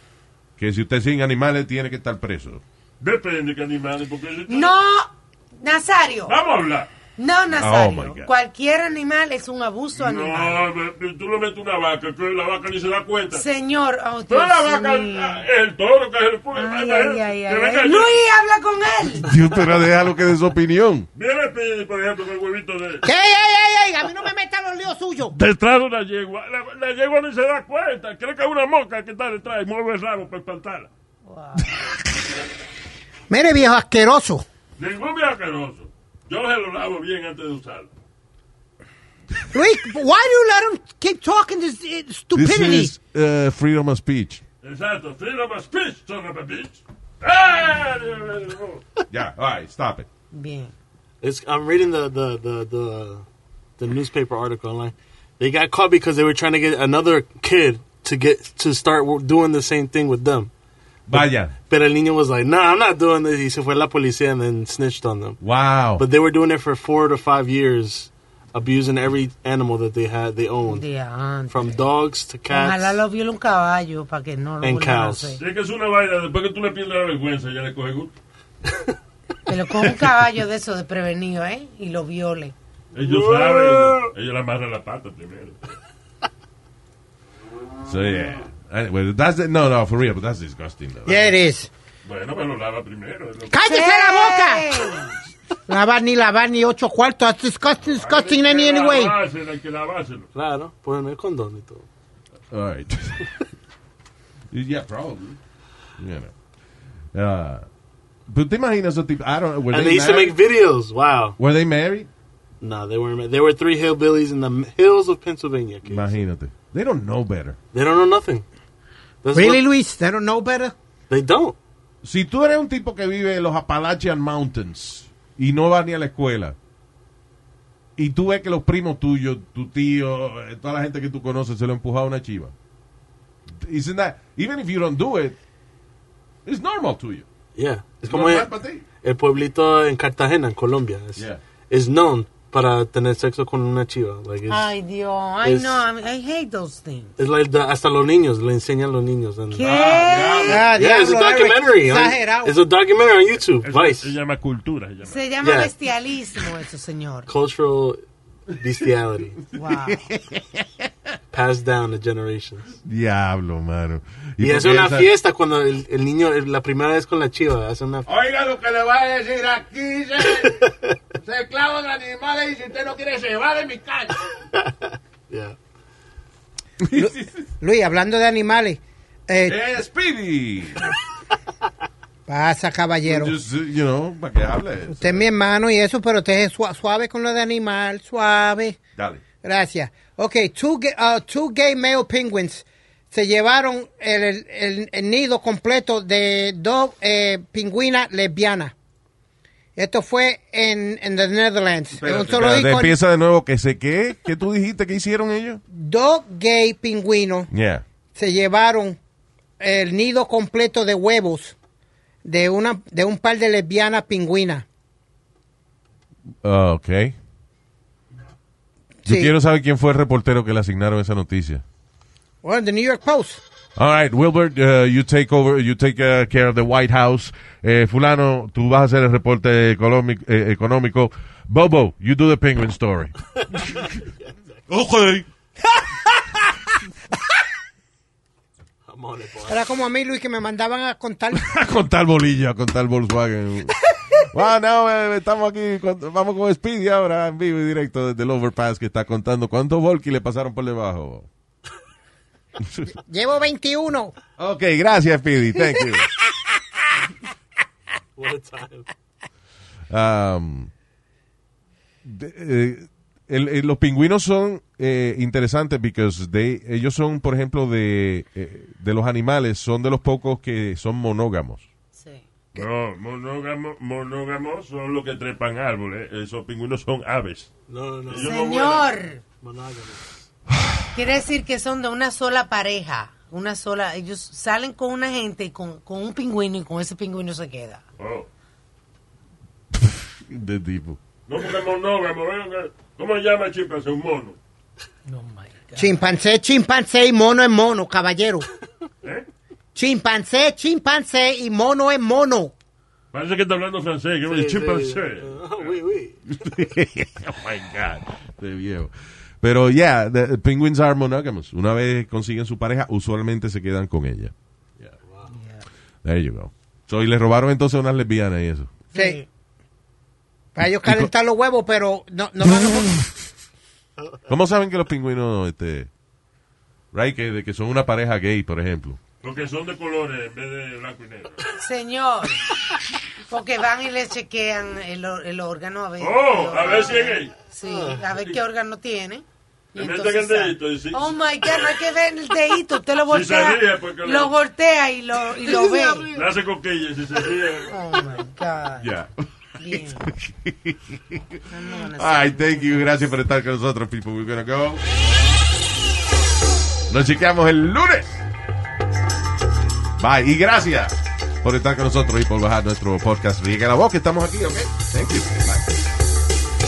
que si usted sin animales tiene que estar preso. <laughs> Depende que animales, porque si- No, Nazario. Vamos a hablar. No, Oh, Nazario. my God. Cualquier animal es un abuso No, animal. me- me- tú le metes una vaca, que la vaca ni se da cuenta. Señor, oh, Pero la Dios vaca, mío. ah, el toro, que es el Ay, pueblo. ay, ay, ay, ay. Luis, habla con él. Dios, pero déjalo que de su opinión. Mira el pidi, por ejemplo, con el huevito de. ¡Ey, ey, ey, ey! A mí <laughs> no me metan los líos suyos. Detrás de una yegua. La, la yegua ni se da cuenta. Cree que es una mosca que está detrás y mueve el rabo para espantarla. Mire, viejo asqueroso. Ningún viajeroso. Yo se lo lavo bien antes de usarlo. Luis, why do you let him keep talking this uh, This stupidity? is uh, freedom <laughs> of speech. Exacto. Freedom of speech, son of a bitch. ¡Ah! Ya, all right, stop it. Bien. It's, I'm reading the the, the the the newspaper article online. They got caught because they were trying to get another kid to get to start wo- doing the same thing with them. Vaya, But el niño was like, "No, nah, I'm not doing this." He se fue la policía and then snitched on them. wow. But they were doing it for four to five years, abusing every animal that they had they owned, Diantre. from dogs to Ojalá lo cats. viole un caballo para que no lo And vuelvan a cows. hacer. Sí, que es una vaina. Después que tú le pierdes la vergüenza, ya le coge gusto. Pero con un caballo de eso desprevenido, ¿eh? Y lo viole. Ellos saben. Ellos, ellos le amarran la pata primero. <laughs> So, yeah. Anyway, that's the- no, no, for real, but that's disgusting. Though. Yeah, it is. Bueno, pero lava primero. ¡Cállese la boca! Lavar ni lavar ni ocho cuartos. That's disgusting, disgusting in any way. Lavárselo, hay que lavárselo. Claro, ponerme condón y todo. All right. <laughs> yeah, probably. You know. Uh, but te imaginas esos tipos? I don't know. Were And they they used to married? make videos. Wow. Were they married? No, they weren't. ma- They were three hillbillies in the m- hills of Pennsylvania. kids. Imagínate. They don't know better. They don't know nothing. That's Really, what- Luis? They don't know better? They don't. Si tú eres un tipo que vive en los Appalachian Mountains y no vas ni a la escuela, y tú ves que los primos tuyos, tu tío, eh, toda la gente que tú conoces se lo ha empujado a una chiva. Isn't that, even if you don't do it, it's normal to you. Yeah. Es Es como normal el, para ti. el pueblito en Cartagena, en Colombia. Es, Yeah. es known para tener sexo con una chiva. Like it's, Ay, Dios. Ay, Es- no. I, mean, I hate those things. it's like the- hasta los niños, le enseñan a los niños. And, ¿Qué? Ah, Yeah, it's a diablo, Eric. documentary. on- Exagerado. it's a documentary on YouTube. Eso Se Vice. llama cultura. Se llama. Se llama Yeah. bestialismo eso, señor. Cultural bestiality. <laughs> Wow. passed down to generations. Diablo, mano. Y hace porque una esa- fiesta cuando el, el niño, el- la primera vez con la chiva, hace una Oiga lo que le va a decir aquí. Se, se clavan animales y si usted no quiere se va de mi casa. Yeah. Luis, hablando de animales. Eh, Eh, Speedy. pasa, caballero. Just, you know, para que hable. Usted es mi hermano y eso, pero usted es sua- suave con lo de animal, suave. Dale. Gracias. Ok, two, ga- uh, two gay male penguins se llevaron el, el- el- el nido completo de dos eh, pingüinas lesbianas. Esto fue en, en the Netherlands. en un Espérate, zoológico. empieza de nuevo. ¿Que se qué? ¿Qué tú dijiste que hicieron ellos? Dos gay pingüinos Yeah. se llevaron el nido completo de huevos de, una, de un par de lesbianas pingüinas. Ah, ok. Yo Sí. quiero saber quién fue el reportero que le asignaron esa noticia. Bueno, The New York Post. All right, Wilbert, uh, you take over, you take uh, care of the White House. Eh, fulano, tú vas a hacer el reporte economic- eh, económico. Bobo, you do the penguin story. okay. I'm on it, boy. Era como a mí, Luis, que me mandaban a contar. <laughs> A contar bolillo, a contar Volkswagen. Bueno, eh, estamos aquí, con- vamos con Speedy ahora en vivo y directo desde el overpass que está contando cuántos volky le pasaron por debajo. Llevo 21. Ok, gracias Speedy, thank you. What a time. Um, de- eh, el- el- los pingüinos son eh, interesantes because they- ellos son, por ejemplo, de, eh, de los animales, son de los pocos que son monógamos. Sí. No, monógamo- monógamos son los que trepan árboles. eh, Esos pingüinos son aves. No, no, no. Yo no Señor. Monogamous. Quiere decir que son de una sola pareja. Una sola. Ellos salen con una gente y con, con un pingüino y con ese pingüino se queda. Oh. De tipo. No porque monógamo. ¿eh? ¿Cómo se llama chimpancé? Un mono. No, my. Chimpancé es chimpancé y mono es mono, caballero. Chimpancé es chimpancé y mono es mono. Parece que está hablando francés. Que me dice chimpancé. Wait, wait. <laughs> oh my God. De viejo. Pero yeah, the penguins are monogamous. Una vez consiguen su pareja, usualmente se quedan con ella. There you go. So, y le robaron entonces unas lesbianas y eso. Sí. Para ellos calentar los huevos, pero no, no van a- ¿Cómo saben que los pingüinos, este, right, que, de que son una pareja gay, por ejemplo? Porque son de colores en vez de blanco y negro. Señor. Porque van y le chequean el, or- el órgano a ver. Oh, el a ver órgano. si es gay. Ah, Sí, a ver qué órgano tiene. Y Le meten entonces el dedito sabe. y sí. Oh my God, no hay que ver el dedito. Usted lo Sí, se voltea. ríe porque lo... lo- voltea y lo, y lo ve. Le hace coquillas y se ríe. Oh my God. Yeah. Bien. I'm not gonna say- Ay, thank you. Gracias por estar con nosotros, people. We're gonna go. Nos chequeamos el lunes. Bye. Y gracias por estar con nosotros y por bajar nuestro podcast. Riega la voz que estamos aquí, ¿ok? Thank you. Bye.